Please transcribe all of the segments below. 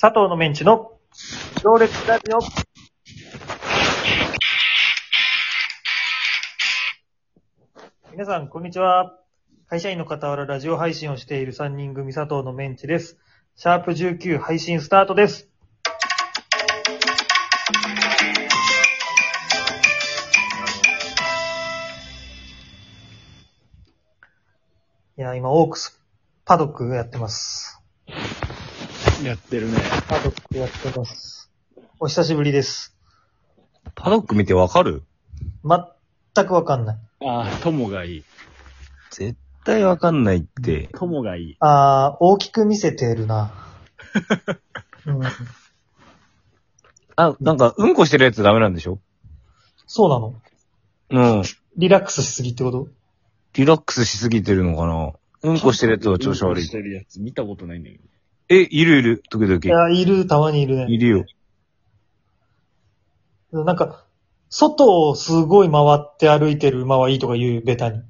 佐藤のメンチの行列ラジオ。皆さん、こんにちは。会社員の傍らラジオ配信をしている3人組佐藤のメンチです。シャープ19配信スタートです。いや、今、オークス、パドックやってます。やってるね。パドックやってます。お久しぶりです。パドック見てわかる全くわかんない。ああ、友がいい。絶対わかんないって。友がいい。あー、大きく見せてるな。うん、あ、なんか、うんこしてるやつダメなんでしょそうなのうん。リラックスしすぎってことリラックスしすぎてるのかなうんこしてるやつは調子うんこ悪いし。てるやつ見たことないんだけど。え、いるいる、時い々。や、いる、たまにいるねい。るよ。なんか、外をすごい回って歩いてる馬はいいとか言う、ベタに。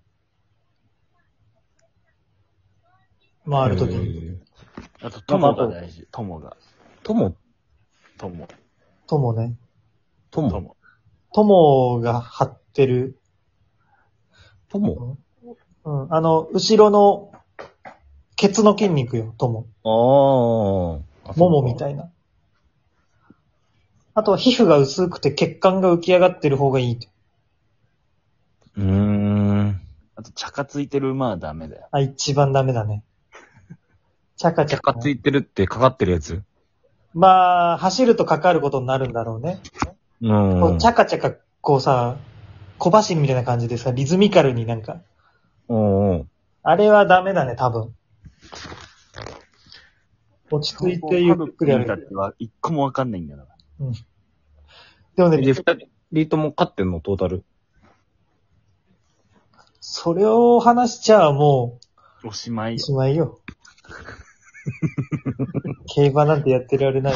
回るときに。えーあと、友友がが大事。友が。とも、友。友ね。とも、友。友が張ってる。とも。うん、あの、後ろの、ケツの筋肉よ、友。ああ。ももみい。たいな。あとは皮膚が薄くて血管が浮き上がってる方がいいと。うーん。あと、茶化ついてる馬はダメだよ。あ、一番ダメだ ね。チャカチキャャカカ。ついてるってかかってるやつまあ、走るとかかることになるんだろうね。うん。こうチャカチャカ、こうさ、小走りみたいな感じでさ、リズミカルになんか。うんうん。あれはダメだね、多分。落ち着いてゆっくりや歩るだっく。ては、一個もわかんないんだから。でもね、で、二人とも勝ってんの、トータル。それを話しちゃもおしまう、いお。しまいよ。競馬なんてやってられ ない。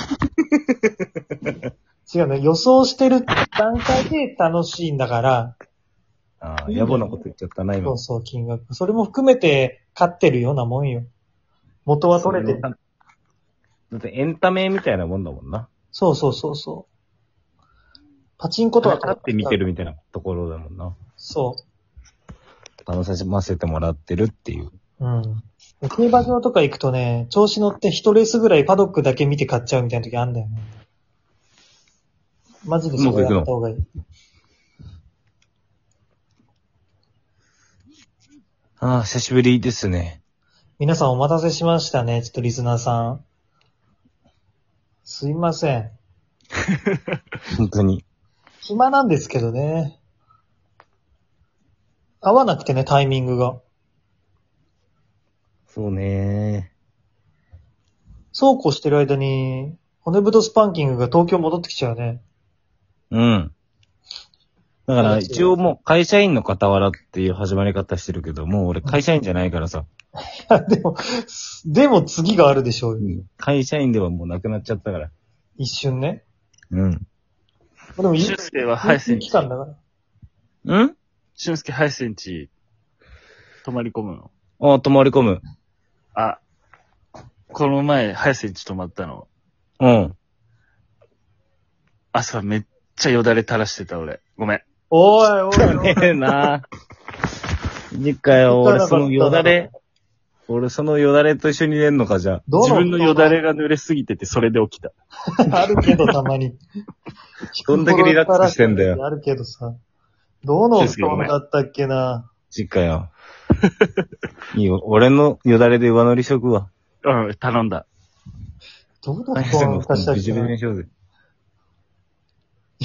違うね、予想してる段階で楽しいんだから、ああ、野暮なこと言っちゃったな、今予。想金額。それも含めて勝ってるようなもんよ。元は取れてる。だってエンタメみたいなもんだもんな。そうそうそうそう。パチンコとは立って見てるみたいなところだもんな。そ楽しませてもらってるっていう。う。うん。競馬場とか行くとね、調子乗って一レースぐらいパドックだけ見て買っちゃうみたいな時あんだよね。マジでそこやった方がいい。ああ、久しぶりですね。皆さんお待たせしましたね。ちょっとリスナーさん。すいません。本当に。暇なんですけどね。合わなくてね、タイミングが。そうねそうこうしてる間に、骨太スパンキングが東京戻ってきちゃうね。 うん。だから一応もう会社員の傍らっていう始まり方してるけど、もう俺会社員じゃないからさ。でも、でも次があるでしょうよ。会社員ではもうなくなっちゃったから。一瞬ね。うん。でも、俊介はハイセン期チ。間だから。うん俊介ハイセンチ、泊まり込むの。ああ、泊まり込む。あ、この前、ハイセンチ泊まったの。うん。朝めっちゃよだれ垂らしてた、俺。ごめん。おいおいおいねえ ないいかよ、俺そのよだれ。俺そのよだれと一緒に出んのか、じゃあ。どう自分のよだれが。が濡れすぎてて、それで起きた。あるけど、たまに。 どんだけリラックスしてんだよあるけどさ。どの音だったっけな。実家 よ。いいよ、俺のよだれで上乗りしとくわ。うん、頼んだ。どの何して音んのを出したっビけジな。ビジいにしようぜ。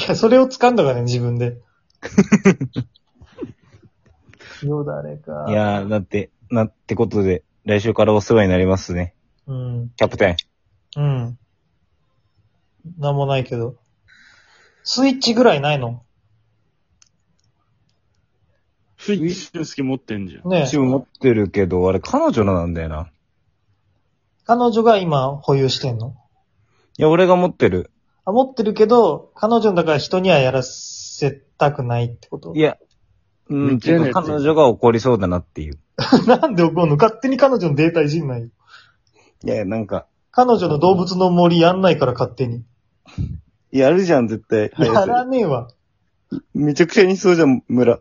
や、それを掴んだからね、自分 で。よだれか。い。やー、だって、なってことで、来週からお世話になりますね。うん。キャプテン。うん。なんもないけど。スイッチぐらいないのスイッチの持ってんじゃん。ねえチーム持ってるけど、あれ彼女のなんだよな。彼女が今保有してんのいや、俺が持ってる。あ、持ってるけど、彼女のだから人にはやらせたくないってこといや、うめっん、ちゃて嫌なやかつ彼女が怒りそうだなっていう。なんで怒るの勝手に彼女のデータいじんないよ。いや、なんか、彼女の動物の森やんないから勝手に。やるじゃん、絶対。やら早くねえわ。めちゃくちゃにしそうじゃん、村。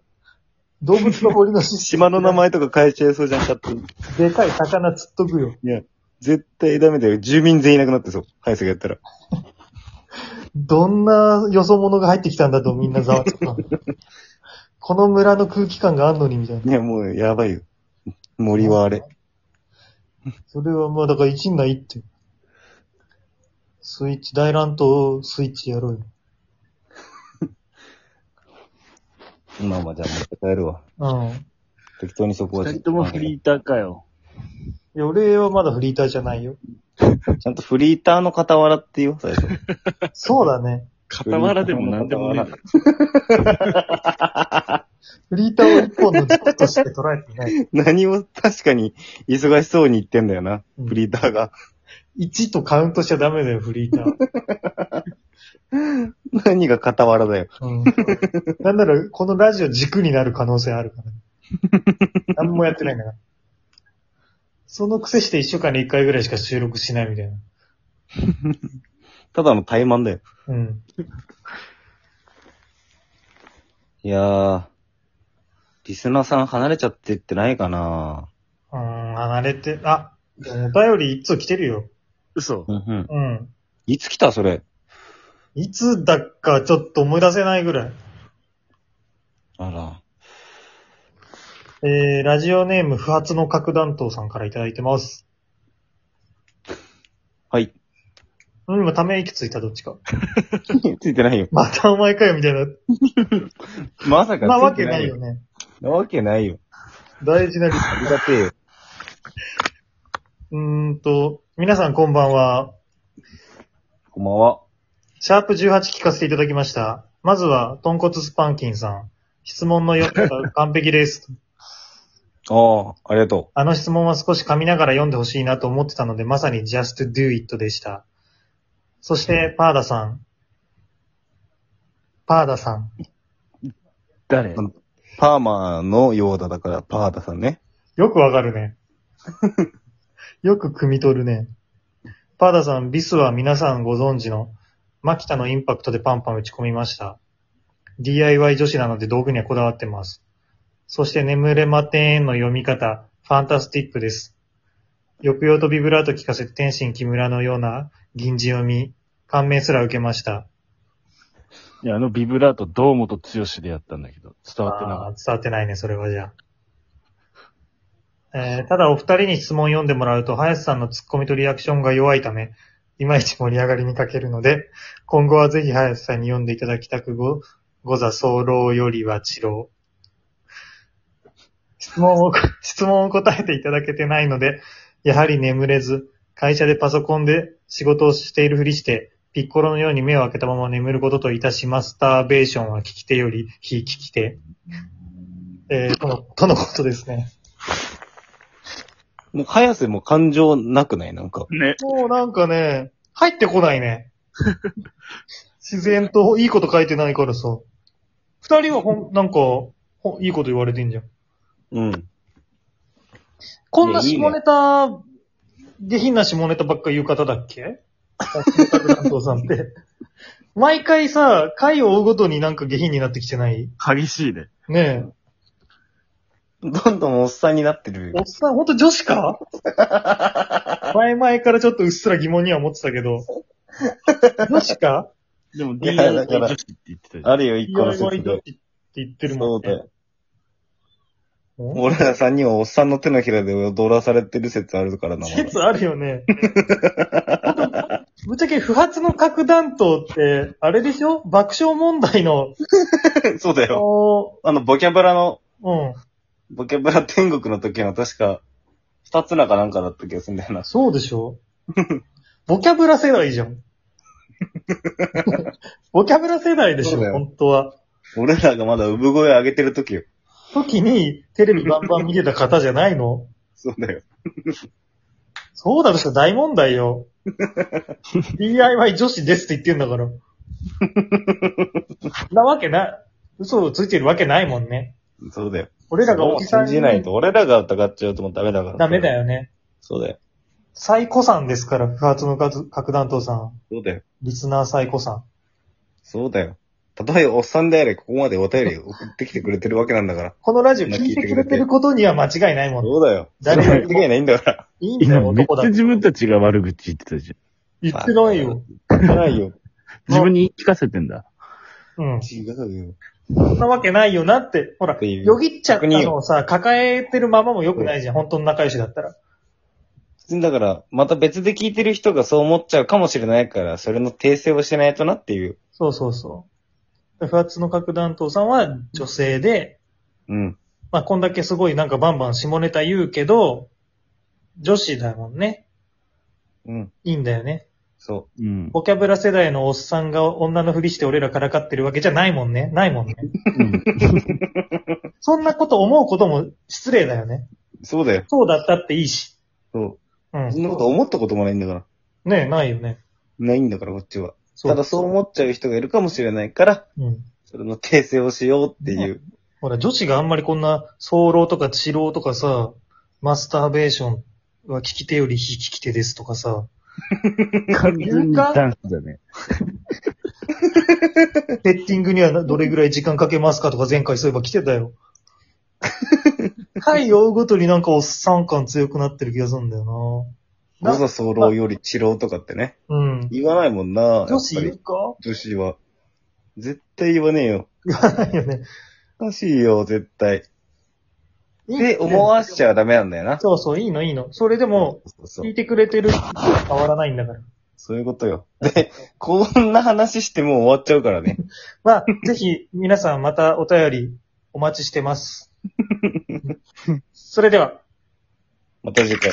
動物の森の島の名前とか変えちゃいそうじゃん、勝手に。でかい魚釣っとくよ。いや、絶対ダメだよ。住民全員いなくなってそう。早瀬がやったら。どんなよそ者が入ってきたんだとみんなざわつく な。この村の空気感があんのにみたいな。いや、もう、やばいよ。森はあれ。それはまあだから一ないって。スイッチ、大乱闘スイッチやろうよ。まあまあ、じゃあ、持って帰るわ。うん。適当にそこは。二人ともフリーターかよ。いや、俺はまだフリーターじゃないよ。ちゃんとフリーターの傍らって言おう、最初。そうだね。傍らでも何でもねえ。フリーターを一本の軸として捉えて ない。 何を確かに忙しそうに言ってんだよなうん。フリーターが。 1とカウントしちゃダメだよ、フリーター。何が傍らだよ。うん。なんなら、このラジオ軸になる可能性あるからね。何もやってないんだから。その癖して1週間に1回ぐらいしか収録しないみたいな。ただの怠慢だよ。うん。いやー。リスナーさん離れちゃってってないかなうーん、離れて、あ、でもお便り1通来てるよ。嘘。うんうん。うん。いつ来たそれ。いつだかちょっと思い出せないぐらい。あら。えー、ラジオネーム不発の核弾頭さんからいただいてます。はい。うん、今ため息ついたどっちか。ついてないよ。またお前かよ、みたいな。まさかまあわついけてないよ。ね。なわけないよ。大事なリス。ありがてえよ。うーんと、皆さんこんばんは。こんばんは。シャープ18聞かせていただきました。まずは、豚骨スパンキンさん。質問の読み方完璧です。 ああ、ありがとあの質問は少し噛みながら読んでほしいなと思ってたので、まさに just do it でした。そして、パーダさん。パーダさん。誰う。パーマーのようだだから、パーダさんね。よくわかるね。 よく汲み取るね。パーダさん、ビスは皆さんご存知の、マキタのインパクトでパンパン打ち込みました。DIY 女子なので道具にはこだわってます。そして眠れまてーんの読み方、ファンタスティックです。抑揚とビブラート聞かせて天心木村のような銀字読み、感銘すら受けました。いや、あのビブラート、堂本剛でやったんだけど、伝わってなかあっー伝わってないね、それはじゃあ。えーただお二人に質問読んでもらうと、林さんのツッコミとリアクションが弱いため、いまいち盛り上がりに欠けるので、今後はぜひ林さんに読んでいただきたくご、ご座候よりは治療。質問を、質問を答えていただけてないので、やはり眠れず、会社でパソコンで仕事をしているふりして、ピッコロのように目を開けたまま眠ることといたしマスターベーションは聞き手より非聞き手。えー、との、とのことですね。もう、早瀬も感情なくないなんか。た。ね。もうなんかね、入ってこないね。自然といいこと書いてないからさ。二人はほん、なんか、ほんいいこと言われてんじゃん。うん。こんないやいいね下ネタ、下品な下ネタばっか言う方だっけ担当さんって。毎回さ、回を追うごとになんか下品になってきてない激しいね。ねどんどんおっさんになってえる。。おっさん、ほんと女子か前々からちょっとうっすら疑問には思ってたけど。女子かでもいや DIY だ女から子って言ってたじゃん。あるよ、一個の DIY 説女子っで。て言ってるそもうんだねよ。。俺ら三人はおっさんの手のひらで踊らされてる説あるからな。まだ説あるよね。ぶっちゃけ不発の核弾頭って、あれでしょ爆笑問題の、 そうだあよ。のあの、ボキャブラの、うん。ボキャブラ天国の時の確か、二つらかなんかだった気がするんだよな。そうでしょボキャブラ世代じゃん。 ボキャブラ世代でしそうだょよ本当は。俺らがまだ産声上げてる時よ。時にテレビバンバン見てた方じゃないのそうだよ。そうだとしたら大問題よ。DIY 女子ですって言ってんだから。なわけない。嘘をついてるわけないもんね。そうだよ。俺らがおじさん信じないと。俺らが疑っちゃうともうダメだから。ダメだ。よね。そうだよ。最古さんですから、不発の数核弾頭さん。そうだよ。リスナー最古さん。そうだよ。たとえおっさんであれ、ここまでお便り送ってきてくれてるわけなんだから。このラジオ聞いてくれてることには間違いないもん。そうだよ。誰よりも間違いないんだから。いいんだ今よ、めっ男だちゃ。自分たちが悪口言ってたじ言ってないよ。言ってないよ。ゃん。自分に言い聞かせてんだ。うん。違うよ。そんなわけないよなって、ほら、ていうよぎっちゃったのをさ、抱えてるままも良くないじゃん、本当の仲良しだったら。普通にだから、また別で聞いてる人がそう思っちゃうかもしれないから、それの訂正をしないとなっていう。そうそうそう。不発の核弾頭さんは女性で、うん。まあ、こんだけすごいなんかバンバン下ネタ言うけど、女子だもんね。うん。いいんだよね。そうん。ボキャブラ世代のおっさんが女のふりして俺らからかってるわけじゃないもんね。ないもんね。うんそんなこと思うことも失礼だよね。う。そうだよ。そうだったっていいし。そう。うそんん。なこと思ったこともないんだから。ねえ、ないよね。ないんだから、こっちは。そうただそう思っちゃう人がいるかもしれないから、うん。それの訂正をしようっていう。ほら、女子があんまりこんな、早漏とか治療とかさ、マスターベーションは聞き手より非聞き手ですとかさ、完全にダンスだね。セッティングにはどれぐらい時間かけますかとか前回そういえば来てたよ。はい、追うごとになんかおっさん感強くなってる気がするんだよな。誤差早漏より治療とかってね。うん。言わないもんな。やっぱり女子いるか女子は。絶対言わねえよ。言わないよね。おかしいよ、絶対。で、思わしちゃゃダメなんだよな。そうそう、いいのいいの。それでも、そうそう聞いてくれてる人は変わらないんだから。そういうことよ。で、こんな話してもう終わっちゃうからね。ま あ、ぜひ、皆さんまたお便り お待ちしてます。それでは。また次回。